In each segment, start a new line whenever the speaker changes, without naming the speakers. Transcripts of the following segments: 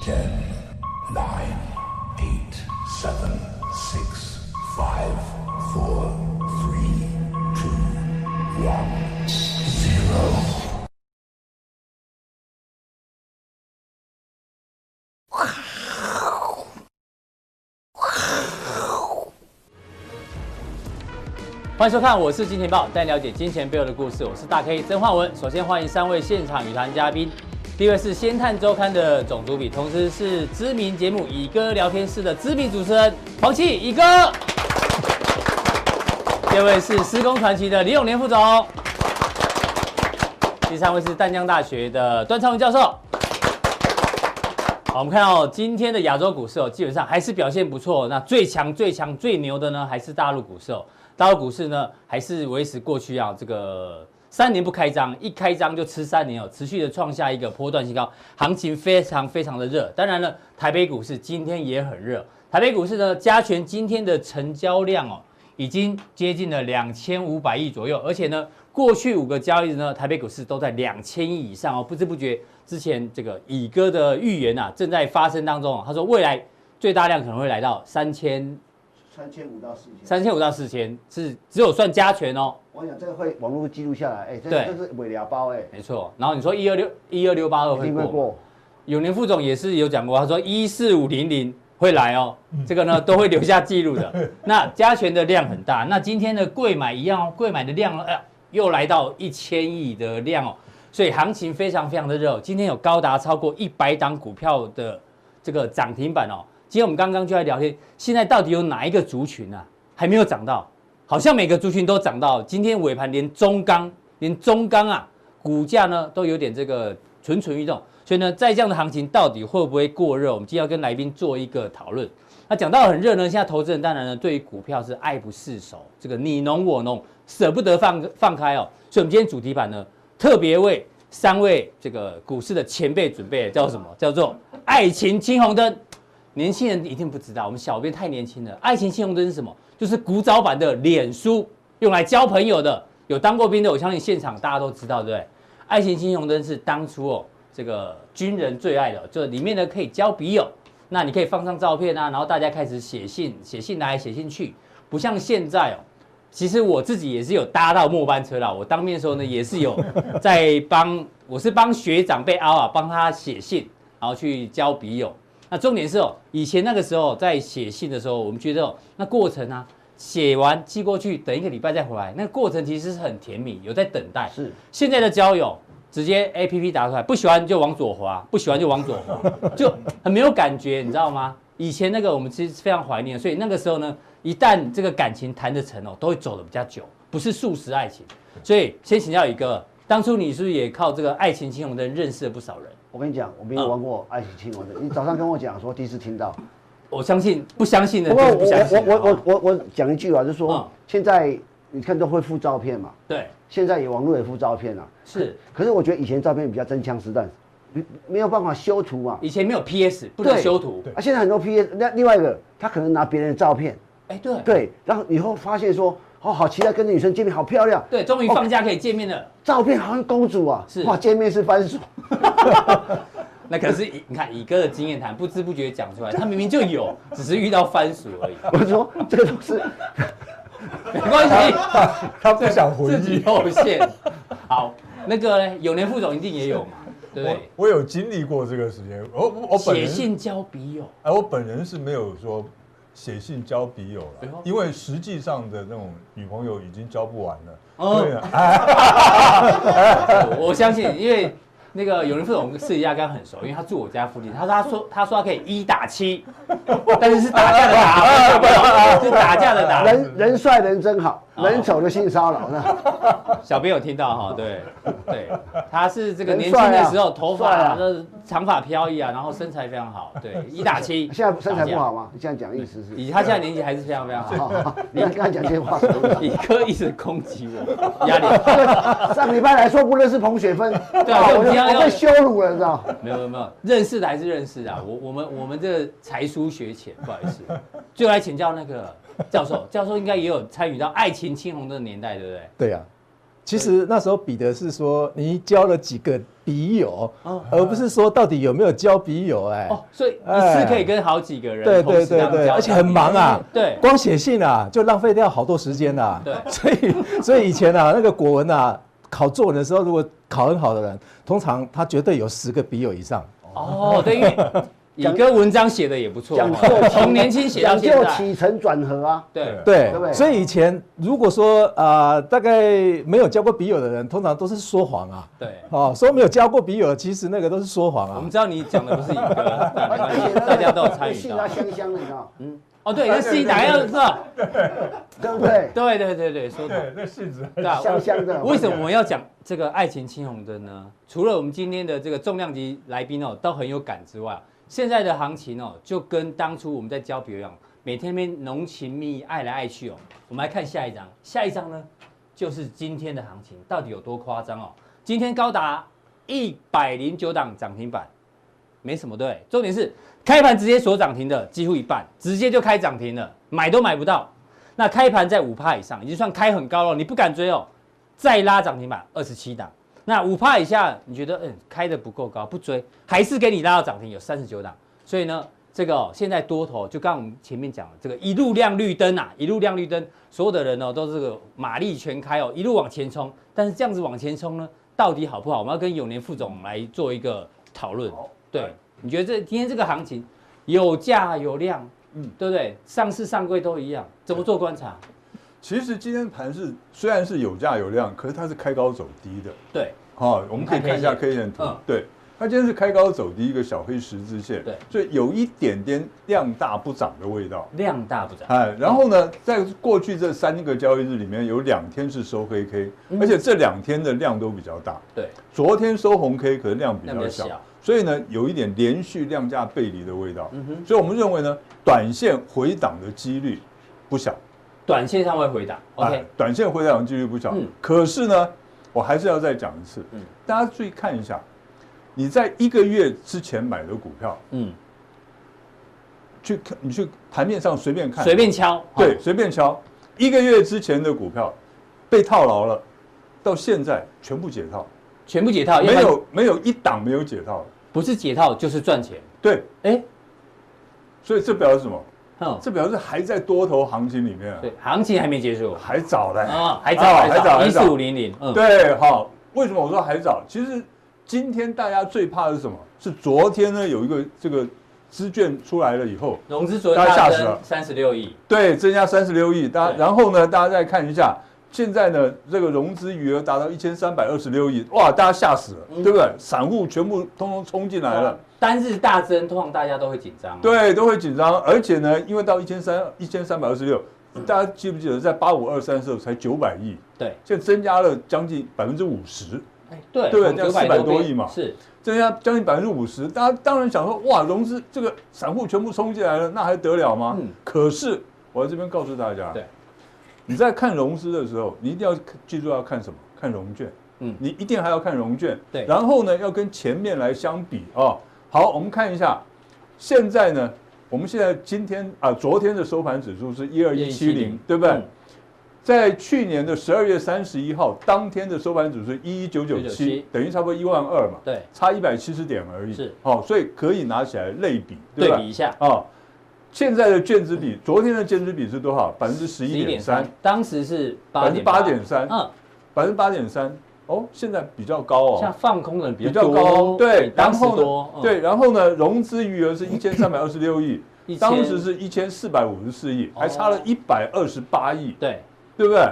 Ten, nine, eight, seven, six, five, four, three, two, one, zero.
欢迎收看，我是金钱豹，带你了解金钱背后的故事。我是大 K 曾焕文。首先欢迎三位现场语坛嘉宾，第一位是《先探周刊》的总主笔，同时是知名节目《以哥聊天室》的知名主持人黄奇以哥。第二位是施工传奇的李永年副总。第三位是淡江大学的段昌文教授。好，我们看到今天的亚洲股市哦，基本上还是表现不错。哦那最强、最强、最牛的呢，还是大陆股市哦。大陆股市呢，还是维持过去啊这个三年不开张，一开张就吃三年哦，持续的创下一个波段新高，行情非常非常的热。当然了，台北股市今天也很热。台北股市呢，加权今天的成交量哦，已经接近了两千五百亿左右，而且呢，过去五个交易日呢，台北股市都在两千亿以上哦。不知不觉，之前这个乙哥的预言啊，正在发生当中、哦。他说未来最大量可能会来到三千
三千五到四千。
三千五到四千，是只有算加权哦，
我想这个会网络记录下来，哎、这
对
个这是尾聊包哎、
没错。然后你说一二六一二六八二
一
会
定会
过，
过。
永年副总也是有讲过，他说一四五零零会来哦，这个呢都会留下记录的。那加权的量很大，那今天的贵买一样哦，贵买的量呢，哎、呀，又来到一千亿的量哦，所以行情非常非常的热哦、今天有高达超过一百档股票的这个涨停板哦。今天我们刚刚就在聊天，现在到底有哪一个族群啊还没有涨到？好像每个族群都涨到，今天尾盘连中钢，连中钢啊，股价呢都有点这个蠢蠢欲动。所以呢，在这样的行情，到底会不会过热？我们今天要跟来宾做一个讨论。那讲到很热呢，现在投资人当然呢对于股票是爱不释手，这个你侬我侬，舍不得放放开哦。所以我们今天主题版呢，特别为三位这个股市的前辈准备，叫什么？叫做爱情青红灯。年轻人一定不知道，我们小编太年轻了。爱情信用灯是什么？就是古早版的脸书，用来交朋友的。有当过兵的，我相信现场大家都知道，对不对？爱情信用灯是当初哦，这个军人最爱的，就里面呢可以交笔友，那你可以放上照片啊，然后大家开始写信，写信来，写信去，不像现在哦。其实我自己也是有搭到末班车啦，我当面的时候呢，也是有在帮，我是帮学长被凹啊，帮他写信，然后去交笔友。那重点是哦，以前那个时候在写信的时候，我们觉得哦，那过程啊，写完寄过去，等一个礼拜再回来，那个过程其实是很甜蜜，有在等待。
是，
现在的交友直接 A P P 打出来，不喜欢就往左滑，不喜欢就往左滑， 就很没有感觉，你知道吗？以前那个我们其实非常怀念，所以那个时候呢，一旦这个感情谈得成哦，都会走得比较久，不是素食爱情。所以先请教一个，当初你是不是也靠这个爱情青红灯认识了不少人？
我跟你讲，我没
嗯
有玩过爱情亲王的。你早上跟我讲说第一次听 到，
我相信不相信的
不
就
过
是
我
不相信的
我
啊。
我我我我讲一句啊，就是说、
嗯
现在你看都会附照片嘛，
对
现在也网络也附照片啊。
是
可是我觉得以前照片比较真枪实弹，没没有办法修图啊。
以前没有 P S 不能
对
修图，
啊，现在很多 P S，那另外一个他可能拿别人的照片，
哎对
对，然后以后发现说，哦，好期待跟女生见面，好漂亮，
对，终于放假可以见面了。
照片好像公主啊，
是
哇，见面是番薯，
那可是以你看以哥的经验谈，不知不觉讲出来，他明明就有，只是遇到番薯而已。
我说这个都是
没关系，
他不想 回
自己
忆。
有限。好，那个呢，永年副总一定也有嘛，对不
我
对？
我有经历过这个时间，我我我本
写
人
信交笔友，
哎，我本人是没有说写信交笔友
哦
哎呦
了，因为实际上的那种女朋友已经交不完了。
哦
对啊，哎，
我我相信，因为那个永年副总私底下跟他很熟，因为他住我家附近。他说他说他说他可以一打七，但是是打架的打，不是打不是是打架的打。
人人帅人真好，
啊
人丑就性骚扰那
小编有听到 哈，对对，他是这个
很
年轻
帅
的
啊
时候头
帅
发
啊
呃长发飘逸啊，然后身材非常好，对，一打七。
现在身材不
打架，
好吗？你这样讲意思是？啊
以他现在年纪还是非常非常好。
好，你看刚才讲这些话什么意 思？
以哥一直攻击我，压力
上礼拜来说不认识彭雪芬，
对啊
哇我
我们今天要啊
就我被羞辱了，你知道？
没有没有没有，认识的还是认识的啊、我我们我们这个才疏学浅，不好意思，就来 请教那个教授，教授应该也有参与到爱情青红灯的年代，对不对？
对呀、啊，其实那时候比的是说你交了几个笔友，而不是说到底有没有交笔友哎。
哦，所以一次可以跟好几个人
对
同
对
时这
对
样
对，
交
而且很忙啊，
对
光写信啊就浪费掉好多时间啊。
对
所以所以以前啊那个国文啊考作文的时候，如果考很好的人，通常他绝对有十个笔友以上。
哦，对，因为乙哥文章写的也不错
讲
哦，从年轻写到
讲
现
究
在，
起承转合啊，
对，
对
对不，对
所以以前如果说啊大概没有交过笔友的人，通常都是说谎啊。
对
哦，说没有交过笔友，其实那个都是说谎
我们
啊。
知道你讲的不是乙哥，但没关系，
那个
大家都有参 与
信
到
啊，。香香的，你知道，
哦，对，那信打开是吧？
对不对？
对对对对，说的
对，那性质
对啊。
香香的。
为什么我们要讲这个爱情青红灯呢？除了我们今天的这个重量级来宾哦，都很有感之外，现在的行情哦，就跟当初我们在教别人哦每天那边浓情蜜意爱来爱去哦。我们来看下一张，下一张呢，就是今天的行情到底有多夸张哦？今天高达一百零九档涨停板，没什么对，重点是开盘直接锁涨停的几乎一半，直接就开涨停了，买都买不到。那开盘在五帕以上，已经算开很高了，你不敢追哦。再拉涨停板二十七档，那五帕以下，你觉得嗯开的不够高，不追，还是给你拉到涨停有三十九档。所以呢，这个、哦、现在多头就刚刚我们前面讲了，这个一路亮绿灯啊，一路亮绿灯，所有的人哦都是这个马力全开哦，一路往前冲。但是这样子往前冲呢，到底好不好？我们要跟永年副总来做一个讨论。对，你觉得这今天这个行情有价有量，嗯，对不对？上市上柜都一样，怎么做观察？
其实今天盘是虽然是有价有量，可是它是开高走低的。
对，
好，我们可以看一下
看
K 线图
嗯，
对，它今天是开高走低一个小黑十字线，
对
所以有一点点量大不涨的味道。
量大不涨。
哎，然后呢，在过去这三个交易日里面，有两天是收黑 K，而
嗯
且这两天的量都比较大。
对，
昨天收红 K，可是量比
量
较
比较
小
小，
所以呢，有一点连续量价背离的味
嗯
道。所以我们认为呢，短线回档的几率不小。
短线上会回档。
哎
OK，
短线回档的几率不小。
嗯
可是呢，我还是要再讲一次，
嗯
大家注意看一下，你在一个月之前买的股票，
嗯，
去看你去盘面上随便看，
随便敲。
对，
哦，
随便敲。一个月之前的股票被套牢了，到现在全部解套，
全部解套，
没
要不然
有没有一档没有解套的。
不是解套就是赚钱。
对，
哎，
所以这表示什么？
哼，
这表示还在多头行情里面啊，
嗯对，行情还没结束
还早嘞，
啊，还早
啊
还早，一
还
四五
早。
零零，嗯，
对，好，为什么我说还早？其实今天大家最怕的是什么？是昨天呢有一个这个资券出来了以后，
融资昨天
大家
大
吓死
增
了
三十六亿，
对，增加三十六亿。大家
对
然后呢，大家再看一下，现在呢，这个融资余额达到一千三百二十六亿，哇，大家吓死了，
嗯
对不对？散户全部通通冲进来了，
单日大增，通常大家都会紧张。，啊
对，都会紧张。而且呢，因为到一千三一千三百二十六，大家记不记得在八五二三的时候才九百亿，
对，
现在增加了将近百分之五十，
哎，对，
对
从
这样
900
400多
边
亿嘛
是，
增加将近百分之五十。大家当然想说，哇，融资这个散户全部冲进来了，那还得了吗？
嗯
可是我在这边告诉大家，
对，
你在看融资的时候，你一定要记住要看什么？看融券。
嗯
你一定还要看融券。
对
然后呢，要跟前面来相比啊、好，我们看一下，现在呢，我们现在今天啊，昨天的收盘指数是一二一七
12170
零，对不对？
嗯
在去年的十二月三十一号，当天的收盘指数一一九九
997
七，等于差不多一万二嘛，
对，
差一百七十点而已。
是，
好、所以可以拿起来类比，对
对
吧？
比一下，
啊、现在的卷子比，昨天的卷子比是多少？百分之十一点三，，
当时是
百
八
分之
点
八点三，
嗯，
百分之八点三。哦，现在比较高
像
哦，
放空的人
比
较
较高。对，然
当时
后
多，
呢，
嗯
对，，然后呢，融资余额是一千三百二十六亿
1000，
当时是一千四百五十四亿，
哦
还差了一百二十八亿，
对，
对不对？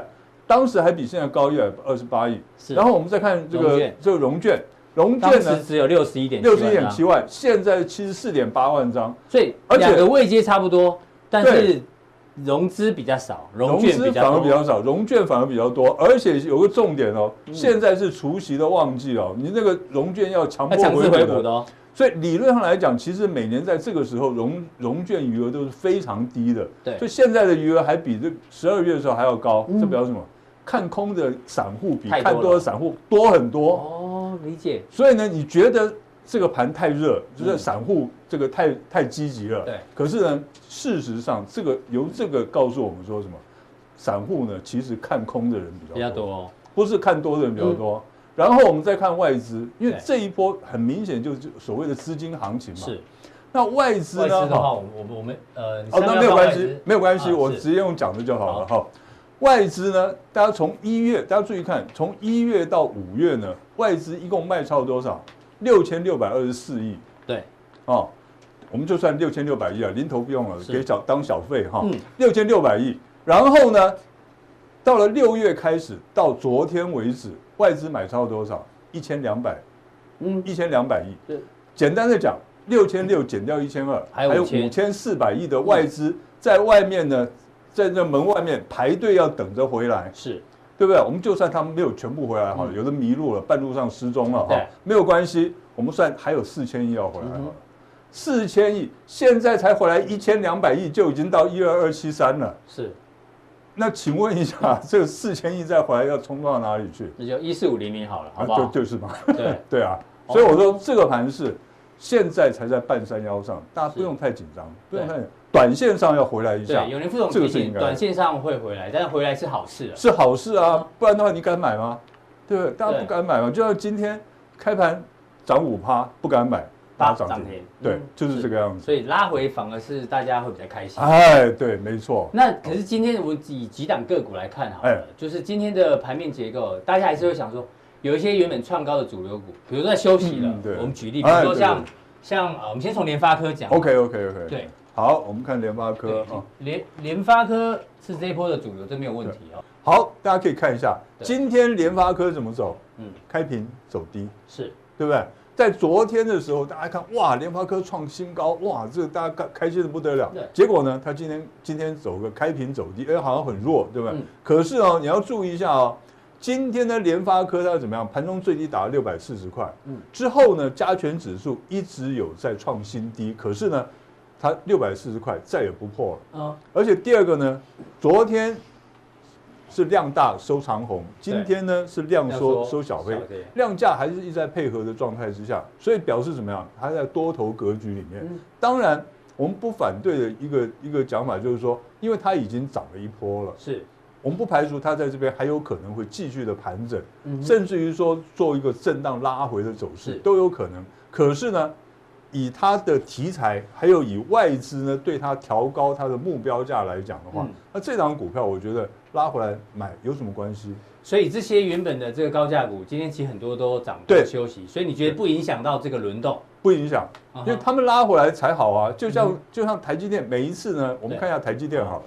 当时还比现在高一百二十八亿。
是
然后我们再看这
融
个
券
这个融券，融
当
券
时
呢
只有六十一点
六十一点七万，现在七十四点八万张，
所以
而且
两个位阶差不多，但是
对
融资比较少，融
融
券
资
比
反
较
而比较
多。
少，融券反而比较多，而且有个重点哦，
嗯
现在是除夕的旺季哦，你那个融券要强
那
迫
强制回
回
补
补
的
的，
哦，
所以理论上来讲，其实每年在这个时候融融券余额都是非常低的，
对嗯
所以现在的余额还比这十二月的时候还要高，这表示什么？看空的散户比
太
看
多了
多的散户多很多，
哦，理解，
所以呢，你觉得这个盘太热，就是散户这个太太积极了。
嗯对。
可是呢，事实上，这个由这个告诉我们说什么？散户呢，其实看空的人比
比
较
较
多。
多哦。嗯
不是看多的人比较多。然后我们再看外资，因为
对
这一波很明显就是所谓的资金行情嘛。
是。
那嗯外资
外资
呢？
的话，我我们我们呃，你
哦，
三
那
秒
没有
到
关
外
系
资，
没有关系，
啊
我
是
直接用讲的就好了哈。外资呢，大家从一月，大家注意看，从一月到五月呢，外资一共卖超多少？六千六百二十四亿
对
哦，我们就算六千六百亿啊，零头不用了，
是
给小当小费哈
嗯，
六千六百亿。然后呢，到了六月开始到昨天为止，外资买超多少？一千两百，
嗯
一千两百亿。
对，
简单的讲，六千六减掉一千二，
还有
还有
5000
五千四百亿的外资在外面呢，在那门外面排队要等着回来，
是
对不对？我们就算他们没有全部回来好了，有的迷路了，半路上失踪了哈
嗯对，嗯
没有关系，我们算还有四千亿要回来好了。四千亿，现在才回来一千两百亿，就已经到一二二七三了。
是，
那请问一下，这四千亿再回来要冲到哪里去？
那就一四五零零好了，好
啊，
不
就
好？
就是嘛。
对，
对啊，
哦
所以我说这个盘是现在才在半山腰上，大家不用太紧张，不用太紧张短线上要回来一下
对，，永年副总
这个
提
是应
醒，
该的
短线上会回来，但是回来是好事啊。
是好事啊，不然的话你敢买吗？对不对？大家不敢买嘛，就像今天开盘涨五趴，不敢买，大家涨
涨
停
停，
对
嗯，
就是这个样子。
所以拉回反而是大家会比较开心。
哎，对，没错，
那可是今天我以几档个股来看好
哎
了，就是今天的盘面结构，大家还是会想说，有一些原本创高的主流股，比如说在休息了
嗯对，
我们举例，比
哎
如说
对
像
对
像啊，我们先从联发科讲。
，OK OK OK，
对，
好，我们看联发科
对
啊，
联联发科是这一波的主流，这没有问题哦。
好，大家可以看一下
对
今天联发科怎么走，
嗯，
开平走低，
是
对不对？在昨天的时候，大家看哇，联发科创新高，哇，这个大家开开心的不得了
对。
结果呢，它今天今天走个开平走低，哎，好像很弱，对不对？
嗯
可是哦，你要注意一下哦，今天的联发科它怎么样？盘中最低打了六百四十块，
嗯
之后呢，加权指数一直有在创新低，可是呢，它六百四十块再也不破了。
嗯，
而且第二个呢，昨天是量大收长红，今天呢是量缩
量缩
收小黑
小黑，
量价还是一直在配合的状态之下，所以表示怎么样？还在多头格局里面。
嗯
当然，我们不反对的一个一个讲法就是说，因为它已经涨了一波了，
是
我们不排除它在这边还有可能会继续的盘整，甚至于说做一个震荡拉回的走势
嗯是
都有可能。可是呢，以它的题材，还有以外资呢对它调高它的目标价来讲的话，
嗯
那这档股票我觉得拉回来买有什么关系？
所以这些原本的这个高价股，今天其实很多都涨
对
过休息，所以你觉得不影响到这个轮动？
不影响，
啊哈嗯
因为他们拉回来才好啊。就像就像台积电，每一次呢，我们看一下台积电好了，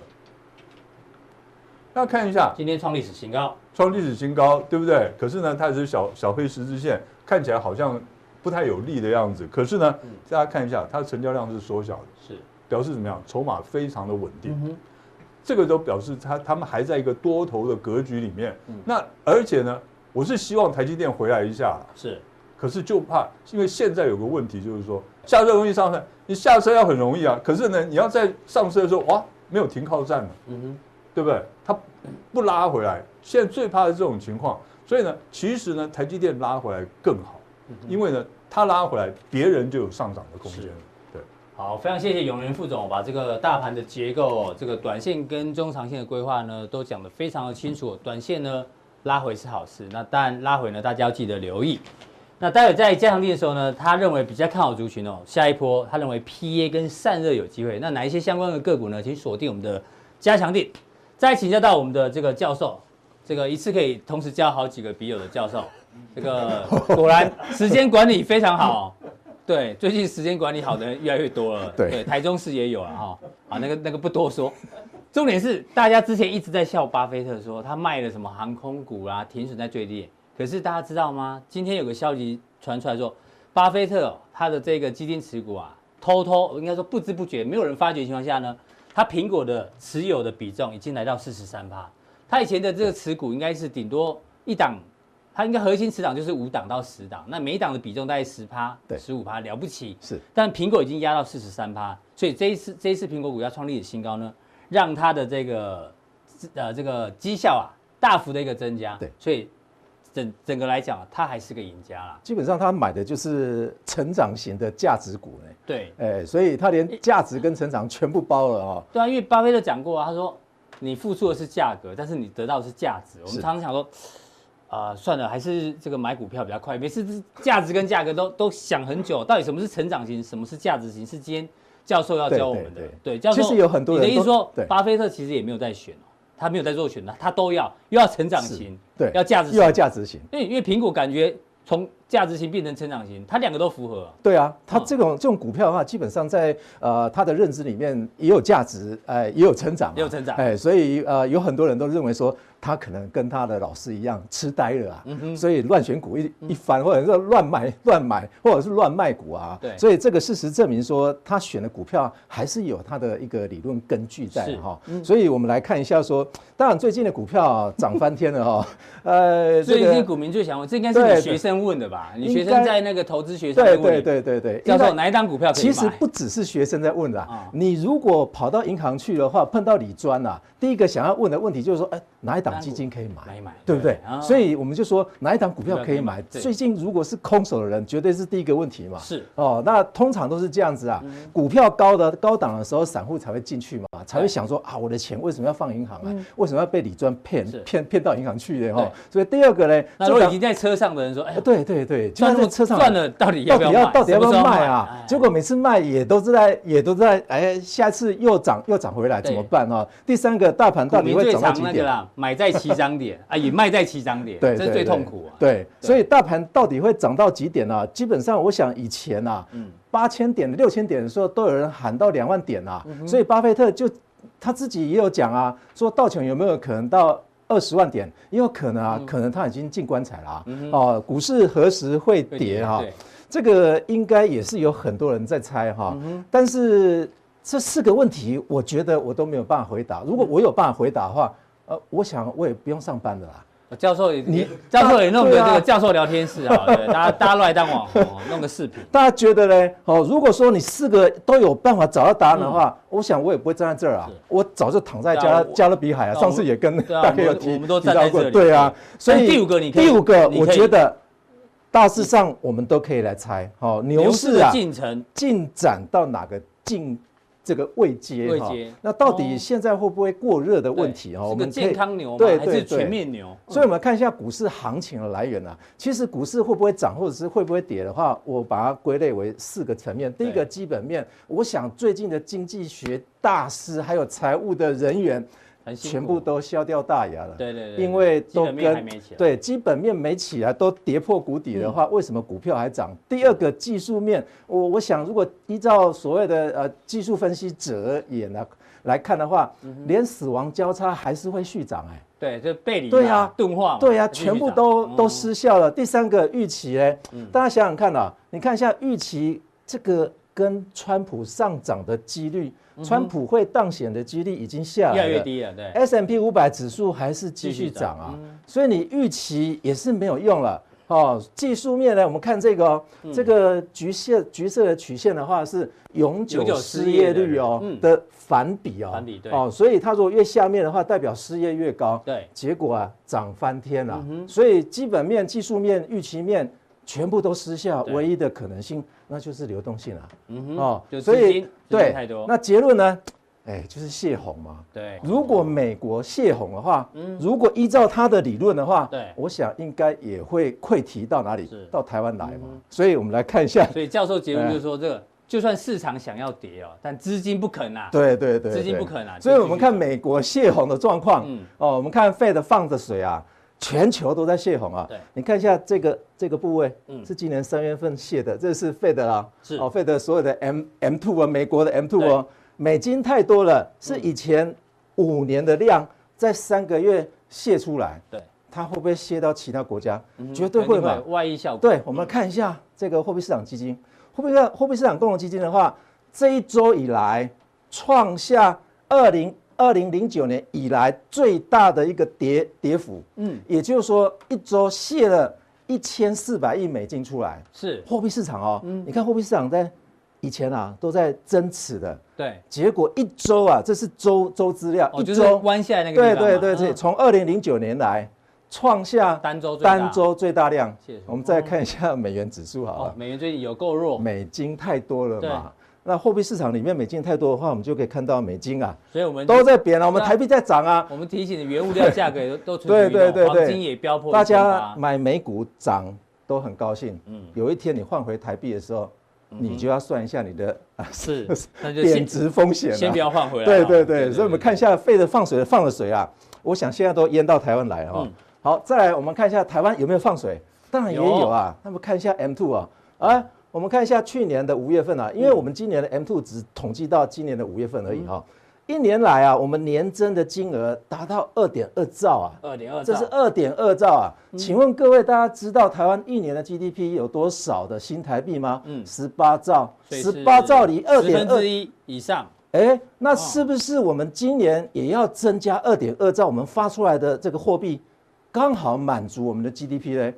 那看一下
今天创历史新高，
创历史新高，对不对？可是呢，它是小小黑十字线，看起来好像不太有力的样子。可是呢，
嗯
大家看一下，它的成交量是缩小的，
是
表示怎么样？筹码非常的稳定。
嗯
这个都表示它他们还在一个多头的格局里面。
嗯
那而且呢，我是希望台积电回来一下，
是
可是就怕，因为现在有个问题就是说，下车容易上车，你下车要很容易啊，可是呢，你要在上车的时候，哇，没有停靠站了，啊对不对？它不拉回来，现在最怕的这种情况。所以呢，其实呢，台积电拉回来更好，因为呢，它拉回来，别人就有上涨的空间
是
了。对，
好，非常谢谢永仁副总把这个大盘的结构哦、这个短线跟中长线的规划呢，都讲得非常的清楚哦。短线呢拉回是好事，那当然拉回呢大家要记得留意。那待会在加强定的时候呢，他认为比较看好族群哦，下一波他认为 PA 跟散热有机会。那哪一些相关的个股呢？请锁定我们的加强定。再请教到我们的这个教授，这个一次可以同时教好几个笔友的教授，这个果然时间管理非常好哦、对，最近时间管理好的人越来越多了。
对
台中市也有了哈。啊，那个那个不多说。重点是大家之前一直在笑巴菲特说他卖了什么航空股啦、停损在最低点。可是大家知道吗？今天有个消息传出来说，巴菲特哦他的这个基金持股啊，偷偷应该说不知不觉，没有人发觉的情况下呢，他苹果的持有的比重已经来到四十三趴。他以前的这个持股应该是顶多一档，他应该核心持档就是五档到十档，那每一档的比重大概十趴、
对
十五趴，了不起。
是
但苹果已经压到四十三趴，所以这一次这一次苹果股要创历史新高呢，让它的这个呃这个绩效啊大幅的一个增加，
对
所以整整个来讲啊，它还是个赢家啦，
基本上他买的就是成长型的价值股呢，
对
哎，所以他连价值跟成长全部包了哦。
对啊，因为巴菲特讲过啊，他说你付出的是价格，但是你得到的是价值。我们
是
常常想说，啊，算了，还是这个买股票比较快。每次这价值跟价格都都想很久，到底什么是成长型，什么是价值型，是今天教授要
对
教我
对
们的。
对
对，教授，
其实有很多人
你的意思
都
说
对，
巴菲特其实也没有在选哦，他没有在做选的，他都要，又要成长
是
型，
对，
要价值型
又要价值型。
因为因为苹果感觉从价值型变成成长型，它两个都符合啊、
对啊，它
嗯
这种、这种股票的话，基本上在呃他的认知里面也有价值，哎、也有成长、啊，
也有成长
哎、所以呃有很多人都认为说他可能跟他的老师一样痴呆了
嗯
啊，所以乱选股一一番，或者是乱买乱买，或者是乱卖股啊，
对
所以这个事实证明说他选的股票还是有他的一个理论根据在
是嗯
的哈、所以我们来看一下说，当然最近的股票、啊、涨翻天了哈、 呃，
所以
这
这些
个
股民最想问，这应该是
对
你
对
学生问的吧？你
应
学生
该
在那个投资学生
对
会问
对
你，
对对对，
教
应
授
该
哪一档股票可以
其
买？
实不只是学生在问啦、
啊
你如果跑到银行去的话，碰到理专啦、第一个想要问的问题就是说，哎，哪一档基金可以买？
哪一买
对不对
对？啊
所以我们就说哪一档股票可
股票
以买
可以买？对
最近如果是空手的人，绝对是第一个问题嘛。
是嗯
哦，那通常都是这样子啊，股票高的高档的时候，散户才会进去嘛，才会想说啊，我的钱为什么要放银行啊？为什么要被理专骗
嗯是
骗骗到银行去的
对
哈？所以第二个呢，
那
就
如果
当
已经在车上的人说，哎呀，
对对对，就
赚
算
那么
在车上
赚了，到底要
到
不
底
要
要
卖？
到底要不
什么
要
时候
卖啊
哎？
结果每次卖也都是在也都是在哎，下次又涨又涨回来
对
怎么办啊？第三个，大盘到
哎股
底
民
会
最
涨到
常
几
那个
点？
啦，买在起涨点啊，也卖在起涨点，
对，
这
对
是最
对
痛苦啊。
对，所以大盘到底会涨到几点啊？基本上，我想以前啊，
嗯
八千点、六千点的时候，都有人喊到两万点
嗯
啊。所以巴菲特就他自己也有讲啊，说道琼有没有可能到二十万点？也有可能啊，
嗯
可能他已经进棺材了啊。哦，股市何时会
会
跌啊？
对
这个应该也是有很多人在猜哈，但是这四个问题，我觉得我都没有办法回答。如果我有办法回答的话，呃，我想我也不用上班的啦。
教授也，你
你
教授也弄个
对
这
啊
个教授聊天室啊，对大家大家乱当网红哦，弄个视频。
大家觉得呢？哦，如果说你四个都有办法找到答案的话，我想我也不会站在这儿啊，我早就躺在
对啊嗯
加
我
加勒比海啊。
对啊
上次也跟
对啊
大哥有
我们
提
我们都
提
站在
到过
这里
对啊。所
但
以
第五个你可以
第五个
你可以
我觉得大致上我们都可以来猜。哦，牛市
的
啊，
进程
进展到哪个进这个位阶
位
哈
阶？
那到
哦
底现在会不会过热的问题哈？
是
我
个
们可
健
以。
康牛吗
对？
还
对
是全
对
面牛？
所以，我们看一下股市行情的来源啊。其实股市会不会涨，或者是会不会跌的话，我把它归类为四个层面。第一
对
个基本面，我想最近的经济学大师还有财务的人员，
很辛苦
全部都笑掉大牙了。
对对对，
因为
基
都
本面还
跟
没起来。嗯
对基本面没起来，都跌破谷底的话，为什么股票还涨？第二个技术面，我我想如果依照所谓的呃技术分析者眼来来看的话，
嗯
连死亡交叉还是会续涨哎、
对，就背离嘛
对啊
钝化嘛，
对呀、
继续
全部
涨
都
嗯
都失效了。第三个预期呢，大家想想看啊，你看一下预期这个跟川普上涨的几率，川普会当选的几率已经下
嗯
来了，
越来越低了，对，
S M P 五百指数还是继
继续
续
涨嗯
涨啊，所以你预期也是没有用了。哦，技术面呢，我们看这个哦，
嗯
这个橘色橘色的曲线的话是永
永久
久
失
失
业
业
的
率哦
人嗯
的反比哦，
反比对
哦，所以它如果越下面的话，代表失业越高，
对嗯
结果啊涨翻天了、所以基本面、技术面、预期面全部都失效，
对
唯一的可能性那就是流动性啊，
嗯
哦
就，
所
资金
以
资金
对
太多，
那结论呢？哎，就是泄洪嘛，
对，
如果美国泄洪的话，如果依照他的理论的话，
嗯对
我想应该也会溃堤到哪里
是？
到台湾来嘛。所以我们来看一下，
所以教授结论就是啊说，这个就算市场想要跌哦，但资金不肯啊，
对对对，
资金
对
不可能啊
所以
就
我们
继续
看
涨
美国泄洪的状况，
嗯
哦，我们看 Fed 放着水啊，全球都在泄洪啊
对。
你看一下这个这个部位，
嗯
是今年三月份泄的，这是 Fed 啦，
是
哦，Fed 所有的 M M two 啊，美国的 M two 哦，美金太多了，
嗯
是以前五年的量在三个月泄出来。
对，
它会不会泄到其他国家？
嗯
绝对会
肯定
嘛
有。外溢效果，
对，我们看一下这个货币市场基金，货币市货币市场共同基金的话，这一周以来创下二零二零零九年以来最大的一个跌跌幅，
嗯
嗯，也就是说一周卸了一千四百亿美金出来，
是，
货币市场哦，
嗯
你看货币市场在以前啊都在增持的，
对，
结果一周啊，这是周周资料，
哦，
一
就是
周
弯下来那个
对
地方嘛，
对对对，
嗯，
从二零零九年来创下
单周最大
单周最大量
谢谢。
我们再看一下美元指数好
哦
了，，嗯
美元最近有够弱，
美金太多了嘛。那货币市场里面美金太多的话，我们就可以看到美金啊
所以我们
都在贬了，我们
那
台币在涨啊。
我们提醒的原物料价格也都都蠢
对
蠢欲
对对
动，
对
黄金也飙破
大家
1800
买美股涨都很高兴，
嗯
有一天你换回台币的时候，你就要算一下你的啊
是，那就
贬
先
值风险
先不
了。
要换回来啊。
对对对，所以我们看一下费的放水放了水啊，我想现在都淹到台湾来了哦
嗯。
好，再来我们看一下台湾有没有放水，当然也
有
有啊。那么看一下 M two 啊，哎，我们看一下去年的五月份啊，
嗯
因为我们今年的 M two 只统计到今年的五月份而已哈、一年来啊，我们年增的金额达到二点二兆啊，
二点二，嗯
这是二点二兆啊！请问各位，大家知道台湾一年的 GDP 有多少的新台币吗？
嗯
嗯，十八兆，
所以
十
是
八兆里二
10
点
分
二
之，一以上，
哎，
哦
那是不是我们今年也要增加二点二兆？我们发出来的这个货币刚好满足我们的 GDP 嘞？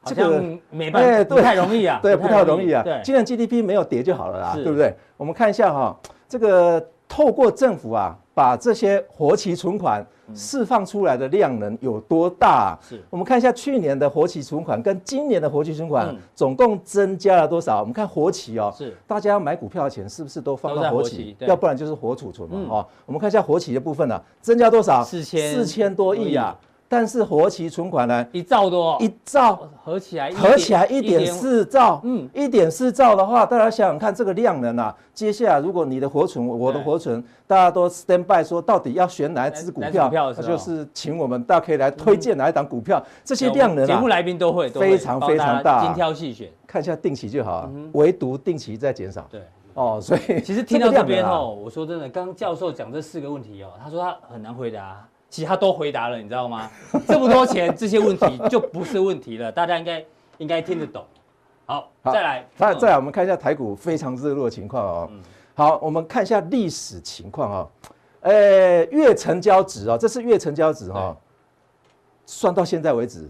好像没办
哎
法，不
对
太容易啊，
对，不太容易啊。今
对，
年 GDP 没有跌就好了啦，
是
对不对？我们看一下哈、这个透过政府啊，把这些活期存款释放出来的量能有多大啊、
是
我们看一下去年的活期存款跟今年的活期存款
嗯
总共增加了多少？我们看活期哦，
是
大家买股票的钱是不是都放
都在
到
活
活
期
期？
对
要不然就是活储存嘛。
嗯
哦，我们看一下活期的部分呢、啊增加多少？
4000
四千多亿啊！但是活期存款呢，
一兆多，哦
一兆
合起来
合起来一点，四兆，
嗯
嗯，一点四兆的话，大家想想看，这个量能啊，接下来如果你的活存，我的
对
活存，大家都 stand by 说到底要选哪一
哪
只股
哪只
票，
股票的
那
时候
就是请我们大家可以来推荐哪一档股票，这些
对
量能
节
啊
目，来宾都会都会
非常
帮大家
非常大啊
精挑细选。
看一下定期就好啊，唯独定期在减少，
对，
哦，所以
嗯其实听到这
个量
边
能啊
哦，我说真的，刚刚教授讲这四个问题哦，他说他很难回答，其实他都回答了，你知道 吗？这么多钱，这些问题就不是问题了，大家应该应该听得懂。好，
好
再来，
再
嗯
再来，我们看一下台股非常热络的情况哦。好，我们看一下历史情况哦。呃，月成交值哦，这是月成交值哦，算到现在为止，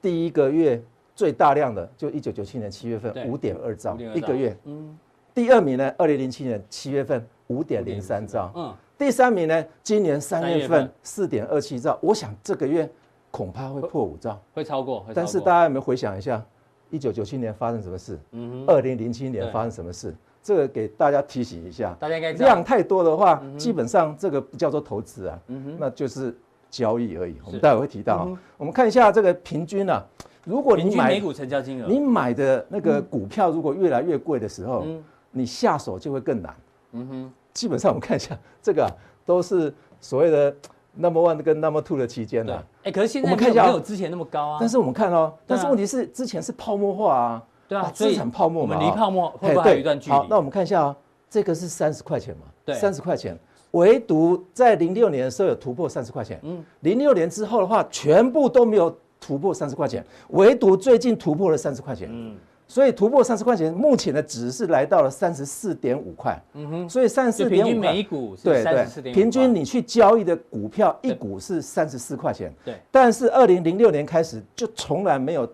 第一个月最大量的就一九九七年七月份
对
五点二兆
5.2
一个月，
嗯
第二名呢，二零零七年七月份五点零三兆，
嗯，
第三名呢，今年三
三月
月
份
份四点二七兆，我想这个月恐怕会破五兆。
会超过，会超过
但是大家有没有回想一下，一九九七年发生什么事？
嗯哼，
二零零七年发生什么事？这个给大家提醒一下。
大家应该知道
量太多的话，
嗯
基本上这个不叫做投资啊，那就是交易而已。我们待会会提到啊、我们看一下这个平均啊，如
嗯
果
平
你
均每
买
股成交金额，
你买的那个股票如果越来越贵的时候，
嗯
你下手就会更难。
嗯哼，
基本上我们看一下，这个啊、都是所谓的 number one 跟 number two 的期间啊
对，
呢、
哎、可是现在
我
没
们看
有
一下
没
啊
有之前那么高啊，
但是我们看哦，但是
对啊
问题是之前是泡沫化啊，
对啊
把
所以
资产泡沫嘛，
我们离泡沫会
嘿
不会还有
对
一段距离
好，那我们看一下啊，这个是三十块钱嘛，
对
三十块钱，唯独在零六年的时候有突破三十块钱，
嗯
嗯，零六年之后的话，全部都没有突破三十块钱，唯独最近突破了三十块钱，
嗯，
所以突破三十块钱，目前的值是来到了三十四点五块，嗯哼，所以三十
就
四
平
点
均
五
每一
块。
股是
对
三十四
对，
点，
平均你去交易的股票一
对
股是三十四块钱，
对
但是二零零六年开始就从来没有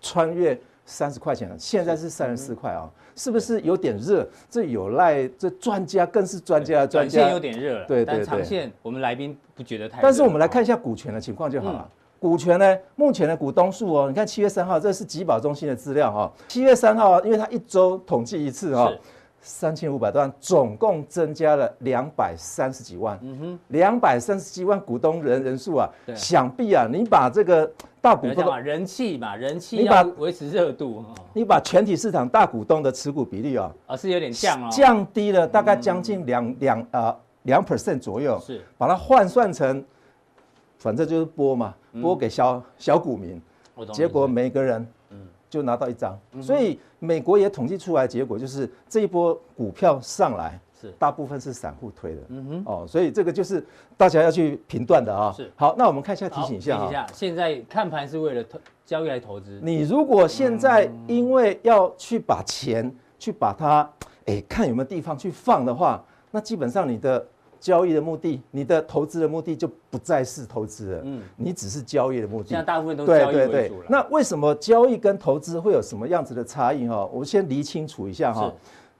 穿越三十块钱了，现在是三十四
嗯
块啊，是不是有点热？这有赖这专家，更是专家的专
短线
家
有。点热了，
对对
但
对
长线我们来宾不觉得太热，嗯
但是我们来看一
哦
下股权的情况就好了。股权呢，目前的股东数哦，你看七月三号，这是集保中心的资料哈、哦。七月三号，因为它一周统计一次哦
是，
三千五百多万，总共增加了两百三十几万。两百三十几万股东人人数啊
嗯对，
想必啊，你把这个大
不
股
要
东
讲嘛，人气嘛，人气
你
要
把
维持热度哦
你把全体市场大股东的持股比例啊、
啊，是有点降哦，
降低了大概将近两两呃两 percent 左右，
是
把它换算成，反正就是拨嘛，拨给小小股民，
我嗯懂你意思，嗯
结果每个人就拿到一张，所以美国也统计出来结果就是这一波股票上来
是嗯
大部分是散户推的，哦，所以这个就是大家要去评断的啊、
是
好，那我们看一下提
好
醒一下啊、
现在看盘是为了投交易来投资，
你如果现在因为要去把钱去把它，哎，看有没有地方去放的话，那基本上你的交易的目的，你的投资的目的就不再是投资了，
嗯
你只是交易的目
现在
的。
大部分都是
对
交易
对
为
对
主了，，
那为什么交易跟投资会有什么样子的差异哈？我先理清楚一下哈
是，嗯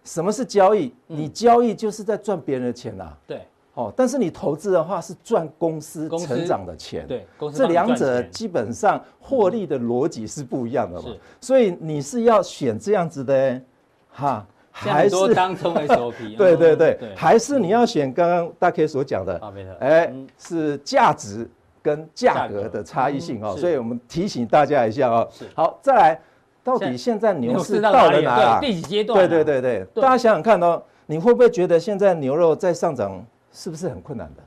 什么是交易？你交易就是在赚别人的钱啦，
对
哦，但是你投资的话是赚公司
公司
成长的钱，
对，公司
这
帮你赚
两者
钱嗯
基本上获利的逻辑是不一样的嘛
是，
所以你是要选这样子的哈
现在很
还是
多当冲 SOP，
对
嗯
对对，还是你要选刚刚大 K 所讲的
巴菲特，
哎
嗯，
是价值跟价
价格
格的差异性
嗯，
哦
是
所以我们提醒大家一下哦
是。
好，再来，到
现在
底现在牛
牛
市
市
到
到哪
了
里
哪
了？
啊
对，第几阶段啊？
对对对对，
对
大家想想看哦，你会不会觉得现在牛肉在上涨是不是很困难的？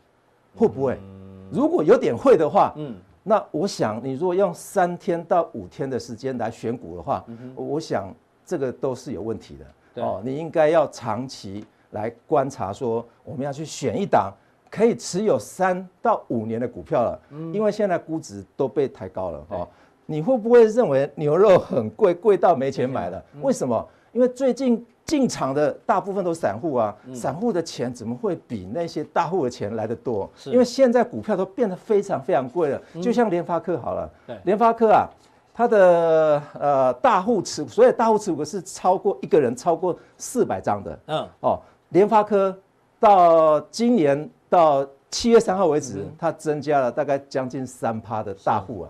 会不会？如果有点会的话，
嗯，
那我想你如果用三天到五天的时间来选股的话，我想这个都是有问题
嗯对
的。哦，你应该要长期来观察，说我们要去选一档可以持有三到五年的股票了，
嗯
因为现在估值都被抬高了哦。你会不会认为牛肉很贵，贵到没钱买了？
嗯
为什么？因为最近进场的大部分都是散户啊，
嗯
散户的钱怎么会比那些大户的钱来得多？
是嗯
因为现在股票都变得非常非常贵了，就像联发科好了
对，
联发科啊，它的呃大户持股，所以大户持股是超过一个人超过四百张的，
嗯，
哦，联发科到今年到七月三号为止，它增加了大概将近三趴的大户啊，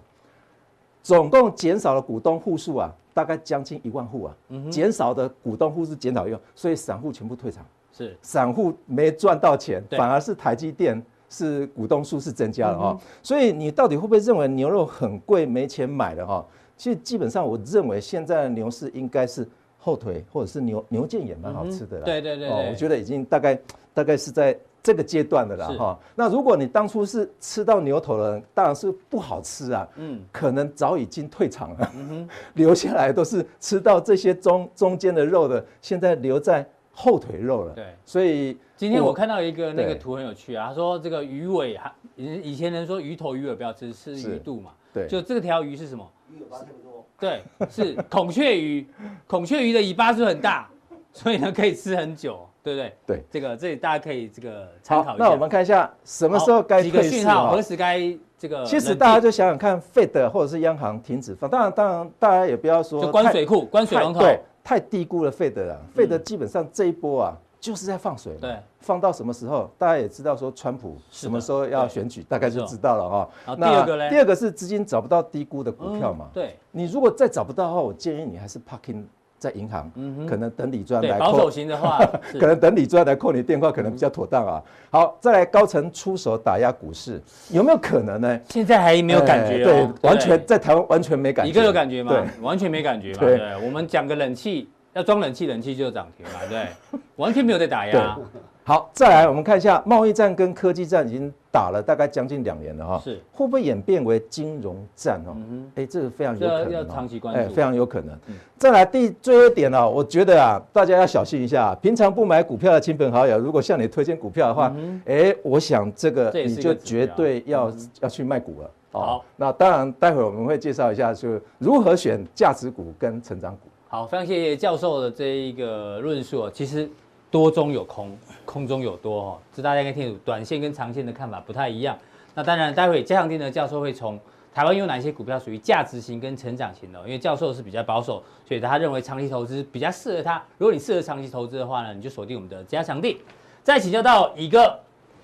总共减少了股东户数啊，大概将近一万户啊，减少的股东户数减少一万，所以散户全部退场，
是
散户没赚到钱，
对嗯
反而是台积电。是股东数是增加了哦，所以你到底会不会认为牛肉很贵没钱买了哈、哦？其实基本上我认为现在的牛市应该是后腿或者是牛牛腱也蛮好吃的啦。
嗯对对对
哦
对，
我觉得已经大概大概是在这个阶段的了
是
哈。那如果你当初是吃到牛头的人，当然是不好吃啊，
嗯
可能早已经退场了， 留下来都是吃到这些中中间的肉的，现在留在后腿肉了。
对
所以
今天我看到一个那个
对
图很有趣啊，他说这个鱼尾啊，以以前人说鱼头鱼尾不要吃，吃
是
鱼肚嘛。
对
就这条鱼是什么？
一八千多，
对，是孔雀 鱼。孔雀鱼的尾巴是不是很大，所以呢可以吃很久，对不对？
对，
这个这里大家可以这个参考
好
一，下。
那我们看一下什么时候该
好几个
退
讯
市
号，
哈
何。时该这个冷静？
其实大家就想想看，Fed 或者是央行停止放，当然，当然，大家也不要说
就关
太
水库、关水
太
龙头，嗯
对，太低估了费德了。费德基本上这一波啊，就是在放水嘛。
对，
放到什么时候？大家也知道说川普
是的
什么时候要选举，大概就知道了
好
哈。
第二个嘞嗯
第二个是资金找不到低估的股票嘛。
对
你如果再找不到的话，我建议你还是 parking 在银行，可能等李专
嗯对，
来
保
扣
守，型的话是
可能等李专来扣你电话，可能比较妥当啊。好，再来高层出手打压股市，有没有可能呢？
现在还没有感觉
哎
哦，
对，完
不
全在台湾完全没感觉。
你哥有感觉吗
对？
完全没感觉嘛。
对
对，我们讲个冷气，要装冷气，冷气就涨停嘛，对，完全没有在打压，
好，再来我们看一下贸易战跟科技战已经打了大概将近两年了哈、
是嗯
会不会演变为金融战哦？哎、这个非常有可能、哦，
这要长期关注嗯
哎非常有可能。再来第最后一点呢、我觉得啊，大家要小心一下、平常不买股票的亲朋好友，如果向你推荐股票的话，哎、我想这个
嗯这也是
你
一个
就
指标嗯
绝对要、要去卖股了。哦
好，
那当然，待会我们会介绍一下，就是如何选价值股跟成长股。
好，非常谢谢教授的这一个论述哦。其实多中有空，空中有多哦，这大家应该清楚。短线跟长线的看法不太一样。那当然，待会加强店的教授会从台湾有哪些股票属于价值型跟成长型的哦，因为教授是比较保守，所以他认为长期投资比较适合他。如果你适合长期投资的话呢，你就锁定我们的加强店。再请教到乙哥，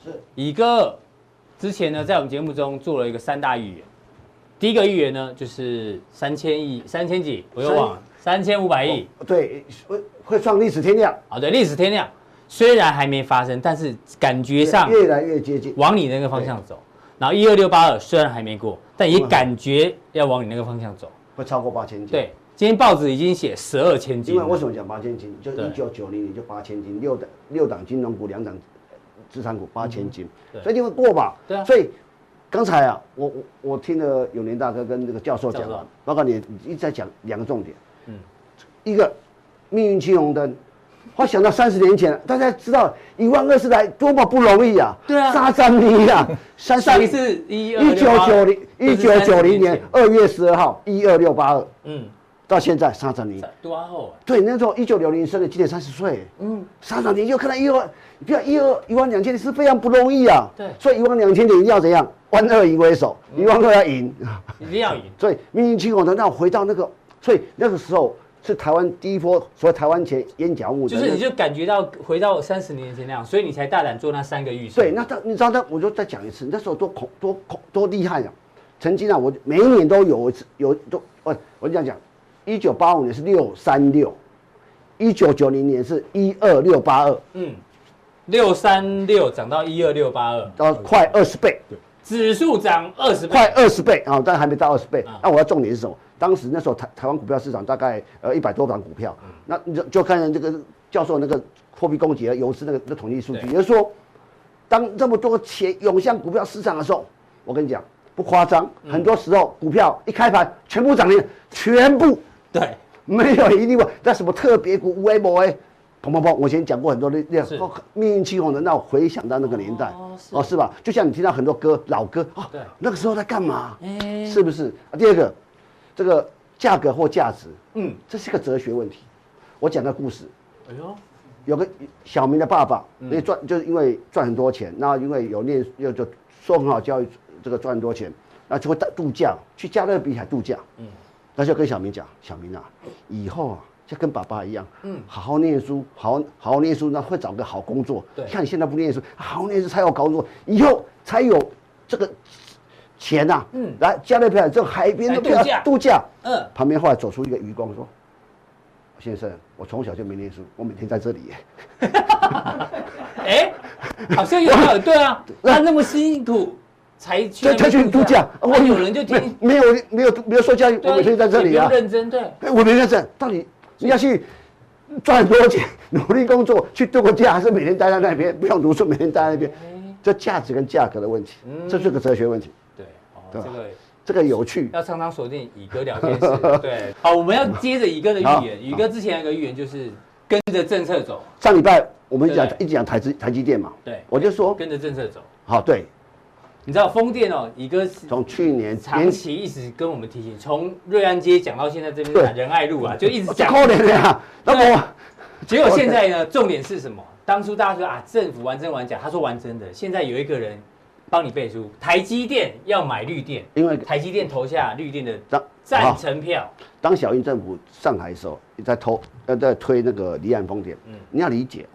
是
乙哥之前呢，在我们节目中做了一个三大预言。第一个预言呢，就是三千亿、三千几，我又忘了，三千五百亿。
哦对，会会创历史天量，
好的，历史天量虽然还没发生，但是感觉上
越来越接近。
往你那个方向走。然后一二六八二虽然还没过，但也感觉要往你那个方向走。
会超过八千斤。
对，，今天报纸已经写十二千
嗯因
金
为
了，
为什么讲八千斤？就
对
一九九零年就八千斤，六档六档金融股，两档资产股八千斤
嗯对，
所以就会过嘛。
对啊
所以刚才啊，我我我听了永年大哥跟那个教授讲
教
啊
授，
包括你一直在讲两个重点，
嗯
嗯，一个命运青红灯。我想到三十年前，大家知道一万二十来多么不容易啊！
对啊
沙山泥啊，山上
上一次一
一九九零一九九零年，二月十二号一二六八二
嗯，
到现在沙山泥，
多啊后
对，那时候一九六零生的，今年三十岁，嗯，三十年就看到一万，不要一二一万两千里是非常不容易啊。
对
所以一万两千里要怎样？万恶淫为首，一万二要赢。
一定要赢。
所以命运轻我能让我回到那个，所以那个时候是台湾第一波，所谓台湾前烟角木的
就
那个。
是你就感觉到回到三十年前那样，所以你才大胆做那三个预测。
对，那他你知道他，我就再讲一次，那时候多恐多恐多厉害啊！曾经啊，我每一哦年都有一次有都我我这样讲，一九八五年是六三六，一九九零年是一二六八二，
嗯，六三六涨到一二六八二，
到呃快二十倍，
指数涨二十
快
块，
二十倍啊、但还没到二十倍
啊。
那我要重点是什么？当时那时候台台湾股票市场大概呃一百多档股票，
嗯
那你就就看这个教授那个货币供给和游资那个那统计数据，
对
也就是说，当这么多钱涌向股票市场的时候，我跟你讲不夸张，
嗯
很多时候股票一开盘全部涨停，全部
对，
哎没有一例外，那什么特别股、哎无 A 某 A，砰砰砰！我以前讲过很多的那
是
种命运气红的，让我回想到那个年代，
哦是
是吧？就像你听到很多歌，老歌啊
对，
那个时候在干嘛？
哎
是不是？啊第二个，这个价格或价值，
嗯，
这是个哲学问题。我讲个故事，
哎呦，
有个小明的爸爸，
嗯
也赚就是因为赚很多钱，然后因为有念又就受很好教育，这个赚很多钱，然后就会到度假去加勒比海度假。嗯，那就跟小明讲，小明啊，以后啊就跟爸爸一样，嗯，好好念书，好好好好念书，那会找个好工作。
对
看你现在不念书，啊好好念书才有工作，以后才有这个钱呐、嗯，来加勒比海这个海边
来
的
度假
度假，
嗯，
旁边后来走出一个渔工说：“先生，我从小就没念书，我每天在这里耶。”
哎，好像有道理，对 啊，他那么辛苦才去
对，他去度假，
我啊有人就听，
没没有没有没有受教育，
对
我
啊
每天在这里
也
啊
不，用认真，对，
哎我每天在这里，到底你要去赚很多钱，努力工作去度个假，还是每天待在那边不用读书，每天待在那边？这价值跟价格的问题，
嗯
这是个哲学问题，
对，哦，这
对吧
个。
这个有趣。
要常常锁定宇哥聊天室。 对，好，我们要接着宇哥的
好
预言。宇哥之前有个预言就是跟着政策走，
上礼拜我们讲
对
一直讲台积台积电嘛，
对
我就说
跟着政策走。
好对，
你知道风电哦，宇哥是
从去年
长期一直跟我们提醒，从瑞安街讲到现在这边讲
对
仁爱路啊，就一直
哦这
讲
可。怜的呀，那
对
么
结果现在呢，重点是什么？当初大家说啊，政府玩真玩假，他说玩真的。现在有一个人帮你背书，台积电要买绿电，
因为
台积电投下绿电的
当
赞
好
成票，
当小英政府上海的时候，在投呃在推那个离岸风电，你要理解，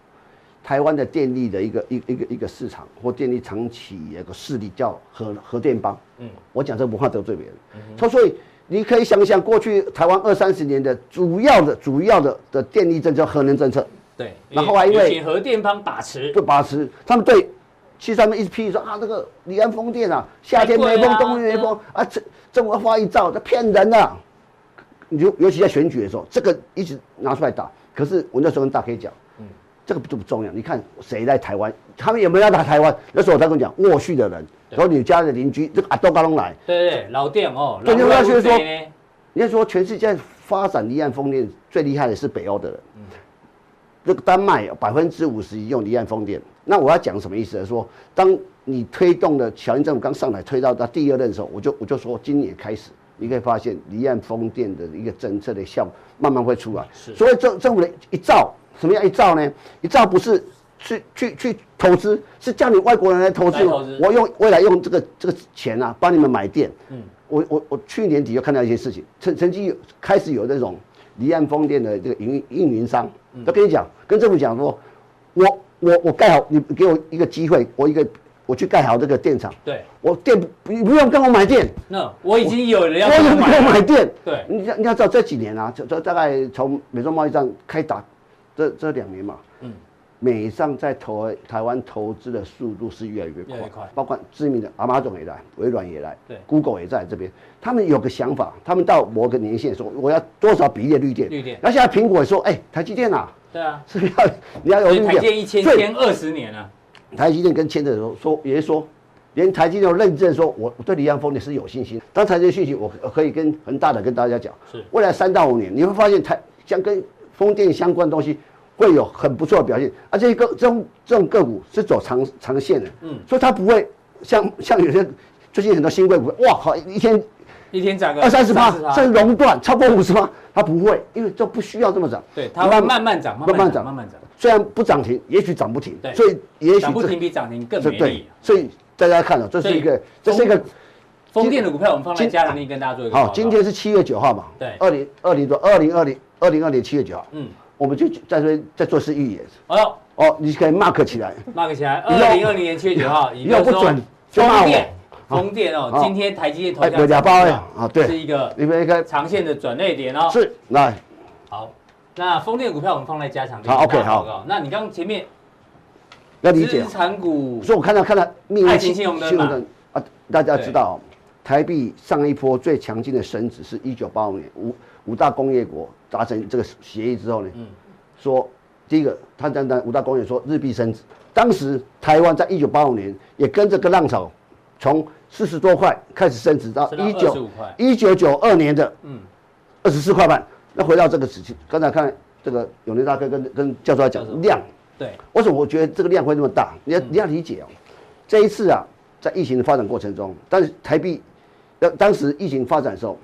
台湾的电力的一个一一个一个市场或电力长期有个势力叫核核电帮，
嗯
我讲这不怕得罪别人，他、所以你可以想想过去台湾二三十年的主要的主要的的电力政策核能政策，
对。
然后还因为
有请核电方把持
不，把持，他们对，其实他们一直批评说啊，这个离岸风电啊，夏天
太
没
贵
风，
啊
冬天没风啊，这政府花一兆，这骗人啊！你就尤其在选举的时候，这个一直拿出来打。可是我那时候跟大 K 讲，嗯，这个不不重要，你看谁在台湾，他们有没有要打台湾？那时候我在跟你讲，沃旭的人，然后你家的邻居，这个阿多嘎隆来，
对对对，老电哦，
对
老
就
外
要
入
去说
贼呢
人家说全世界发展离岸风电最厉害的是北欧的人，这个丹麦百分之五十一用离岸风电。那我要讲什么意思呢？说当你推动了小英政府刚上台推到他第二任的时候，我就我就说今年开始。你可以发现离岸风电的一个政策的效慢慢会出来，所以政政府的一兆，什么叫一兆呢？一兆不是去去去投资，是叫你外国人来投资
来
哦。
投资
我用未来用这个这个钱啊，帮你们买电。嗯，我我我去年底就看到一些事情，曾曾经有开始有那种离岸风电的这个运运营商，他跟你讲，跟政府讲说，我我我盖好，你给我一个机会，我一个我去盖好这个电厂，
对，
我电不你不用跟我买电，
那我已经有人要
我
购
有没有
买
买
了，
电？
对
你要你要知道这几年啊，这这大概从美中贸易战开打，这这两年嘛，嗯，美商在投台湾投资的速度是越来越
越来越
快，
快
包括知名的阿马总也来，微软也来，
对
，Google 也在这边，他们有个想法，他们到某个年限说我要多少比例的绿电，
绿电
那现在苹果也说，哎、台积电啊，
对啊，
是不是要你要有
所以
绿
台
电？
建一千
所以
签二十年啊，
台积电跟签的时候说，也是说，连台积电都认证说，我我对离岸风电是有信心。当台积电信息，我可可以跟很大的跟大家讲，
是
未来三到五年，你会发现台像跟风电相关的东西会有很不错的表现，而且个这种这种个股是走长长线的，嗯，所以它不会像像有些最近很多新贵股，哇靠，一天
一天涨个
二三十趴，
30%
甚至熔断超过五十趴，它不会，因为这不需要这么涨，
对，它会慢慢涨，慢慢涨，慢慢涨，
虽然不涨停，也许涨不停
对，
所以也许
涨不
这
停比涨停更
这
美
哎对
丽。，啊
所以大家看了，这是一个，
所
这
以
是一个，
风电的股票我们放在
今
嘉能力跟大家做一个报
好，
告啊
今天是七月九号嘛，
对
二零二零多，二零二零二零二零七月九号，
嗯
嗯，我们就在这在做是预言，
哦，
哦，你可以 mark 起来，
mark 起来，
以
二
后
零二零年七月九号，
以
宇哥
后不
说
准就骂
风
我
电，风电哦，
好
今天台积电投
哎，
下
有俩包呀，啊，
是一
对，
个
你们应该
长线的转捩点哦。
是来，
好，那风电股票我们放在加强力。
好，OK，
大家
好
报告。那你刚前面
要理解
资。产股
所以我看到看到命
嗯爱
运
情信用灯嘛
啊，大家知道哦，台币上一波最强劲的升值是一九八五年五五大工业国达成这个协议之后呢，
嗯
说第一个，他单单五大工业说日币升值，当时台湾在一九八五年也跟这个浪潮，从四十多块开始升值到
升到
一
25
九
块
一九九二年的
嗯
二十四块半。那回到这个时期，刚才看这个永年大哥跟跟教授在
教授
讲量。
对，
为什么我觉得这个量会那么大？你
嗯
要你要理解哦，这一次啊，在疫情的发展过程中，但是台币，呃，当时疫情发展的时候，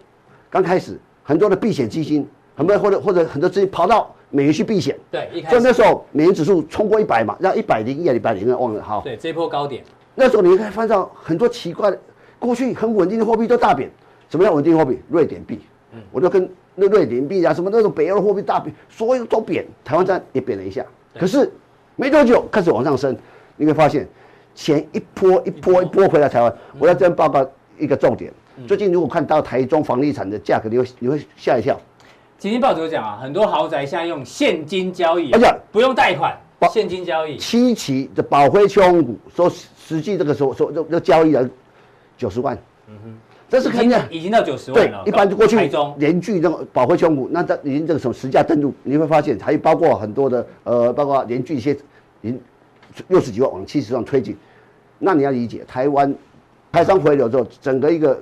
刚开始很多的避险基金，很多或者或者很多资金跑到美元去避险，
对嗯一开
所以
始
那时候美元指数冲过一百嘛，让一百零一、一百零啊二忘了哈。
对这一波高点，
那时候你可以看到很多奇怪的，过去很稳定的货币都大贬，什么叫稳定货币？瑞典币，我就跟那瑞典币啊，什么那种北欧的货币大贬，所有都贬，台湾站也贬了一下，
对
可是没多久开始往上升，你会发现前一波一波一波回来台湾，我要这样报告一个重点。最近如果看到台中房地产的价格，你会你会吓一跳。
今天报纸有讲啊，很多豪宅现在用现金交易啊，
而且
不用贷款
不，
现金交易，
七期的宝辉秋红股，说实际这个时候说这这交易了九十万，这是
已
肯定。
经已经到九十万
对
了，，
一般过去
台中
连续这个保惠穷股，那它已经这个什么实价登录，你会发现还包括很多的呃，包括连续一些已经六十几万往七十万推进。那你要理解，台湾台商回流之后，整个一个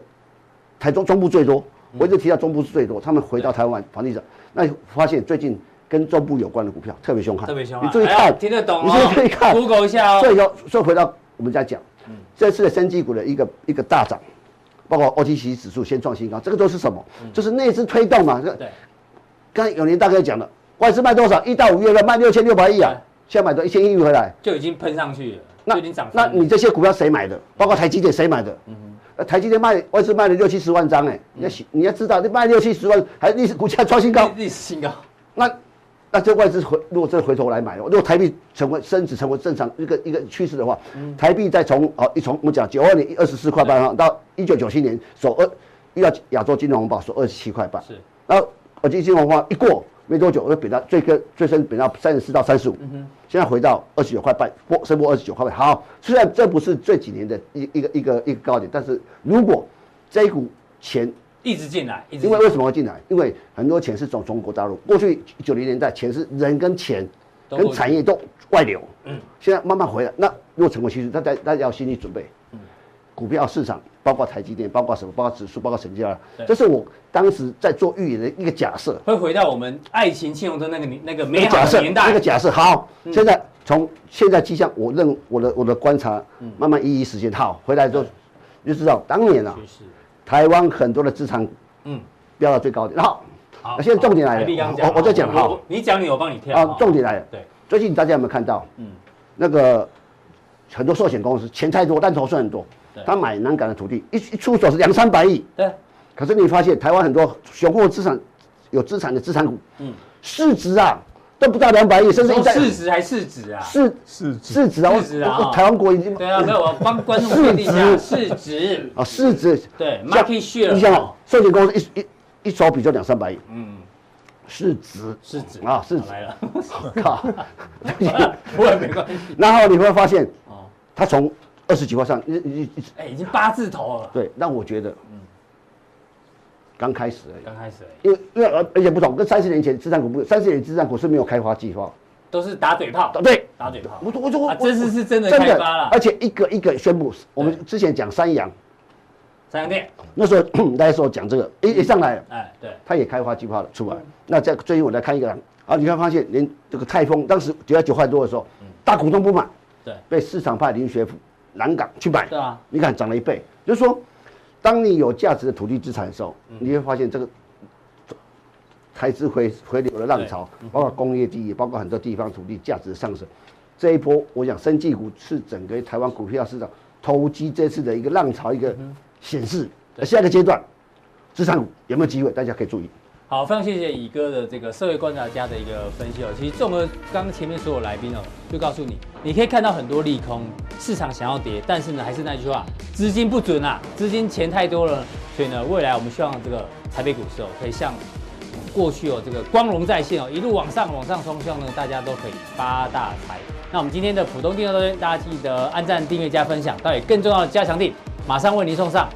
台中中部最多，我一直提到中部是最多，他们回到台湾房地产，那你发现最近跟中部有关的股票特别凶悍，
特别凶悍
你注意
哎呀
看，
听得懂哦
你注意看
Google 一下哦
所以说，所以回到我们在讲，这次的生技股的一个一个大涨。包括 OTC 指数先创新高，这个都是什么？
嗯
就是内资推动嘛。这
对，
刚才永年大哥讲了，外资卖多少？一到五月份卖六千六百亿啊
对，
现在买到一千亿回来。
就已经喷上去了，
那
就已经涨嗯
那
翻了。
你这些股票谁买的？包括台积电谁买的？呃台积电卖外资卖了六七十万张哎、
嗯
你要喜你要知道，你卖六七十万，还历史股价创新高，
历历史新高，
那那这外资回如果真的回头来买，哦如果台币成为升值成为正常一个一个趋势的话，台币再从哦一从我们讲九二年二十四块半哈，啊到一九九七年首二遇到亚洲金融风暴首二十七块半，
是
然后国际金融风暴一过没多久，我就贬到最高最深贬到三十四到三十五，现在回到二十九块半，波升波二十九块半。好，虽然这不是这几年的一一个一个一个高点，但是如果这一股钱
一直进来，一直
因
进
为
来
为什么会进来？因为很多钱是从中国大陆，过去九零年代钱是人跟钱
都过
跟
去嗯
产业都外流，现在慢慢回来。那如果成为趋势，大家大家要心理准备。
嗯
股票市场包括台积电，包括什么，包括指数，包括成交量
对，
这是我当时在做预言的一个假设。
会回到我们爱情庆荣的那个年那个
那
美
个
好
假
的
设，
年代嗯
那个。假设好，现在从现在迹象，我认我的我的观察，
嗯
慢慢一一实现。好，回来之后你就知道，当年啊
趋，势
台湾很多的资产股
嗯，
飙到最高点。然后，
好。
那现在重点来
台币刚讲
了，我我在讲
我
好
我。你讲你，我帮你跳。
啊
好，
重点来了，
对，
最近大家有没有看到？嗯，那个很多寿险公司钱太多，但头寸很多
对，
他买南港的土地，一一出手是两三百亿，
对，
可是你发现台湾很多雄厚资产有资产的资产股，嗯，市值啊都不到两百亿，甚至一
从
在
市值还市值啊？
市
市值
市值啊，我
市值啊
我我台湾国已经
对啊，没有，我帮观众确定一下市值。
啊市值
对
像
，market share，
你想想
哦
寿险公司一一一手笔就两三百亿，嗯，市值
市值
啊市
好
值，
来了，
靠，
不会没关系。
然后你会发现
哦，
它从二十几块上一一一直
哎，已经八字头了，
对，那我觉得，刚开始而已，
刚开始而已
因为因为呃而而且不同，跟三十年前资产股不，三十年资产股是没有开发计划，
都是打嘴炮，
对。
打嘴炮。
我说我说我
啊，这次是真的
真
开
的
发，
而
了，
且一个一个宣布。我们之前讲三洋，
三洋店，
那时候 那时候讲这个，一一上来了，
哎，对，
他也开发计划了出来。
嗯
那在最近我来看一个，啊，你会发现连这个泰丰当时跌到九块多的时候，
嗯
大股东不买，
对，
被市场派林学府、南港去买，
对啊
你看涨了一倍，就是说，当你有价值的土地资产的时候，你会发现这个台资回回流的浪潮，包括工业地，包括很多地方土地价值的上升，这一波我想，生技股是整个台湾股票市场投机这次的一个浪潮一个显示。而下一个阶段，资产股有没有机会？大家可以注意。
好，非常谢谢乙哥的这个社会观察家的一个分析哦。其实综合刚刚前面所有来宾哦，就告诉你，你可以看到很多利空，市场想要跌，但是呢，还是那句话，资金不准啊，资金钱太多了，所以呢，未来我们希望这个台北股市哦，可以像过去哦，这个光荣在线哦，一路往上往上冲，希望呢大家都可以发大财。那我们今天的浦东订阅到这边，大家记得按赞、订阅、加分享，到底更重要的加强定，马上为您送上。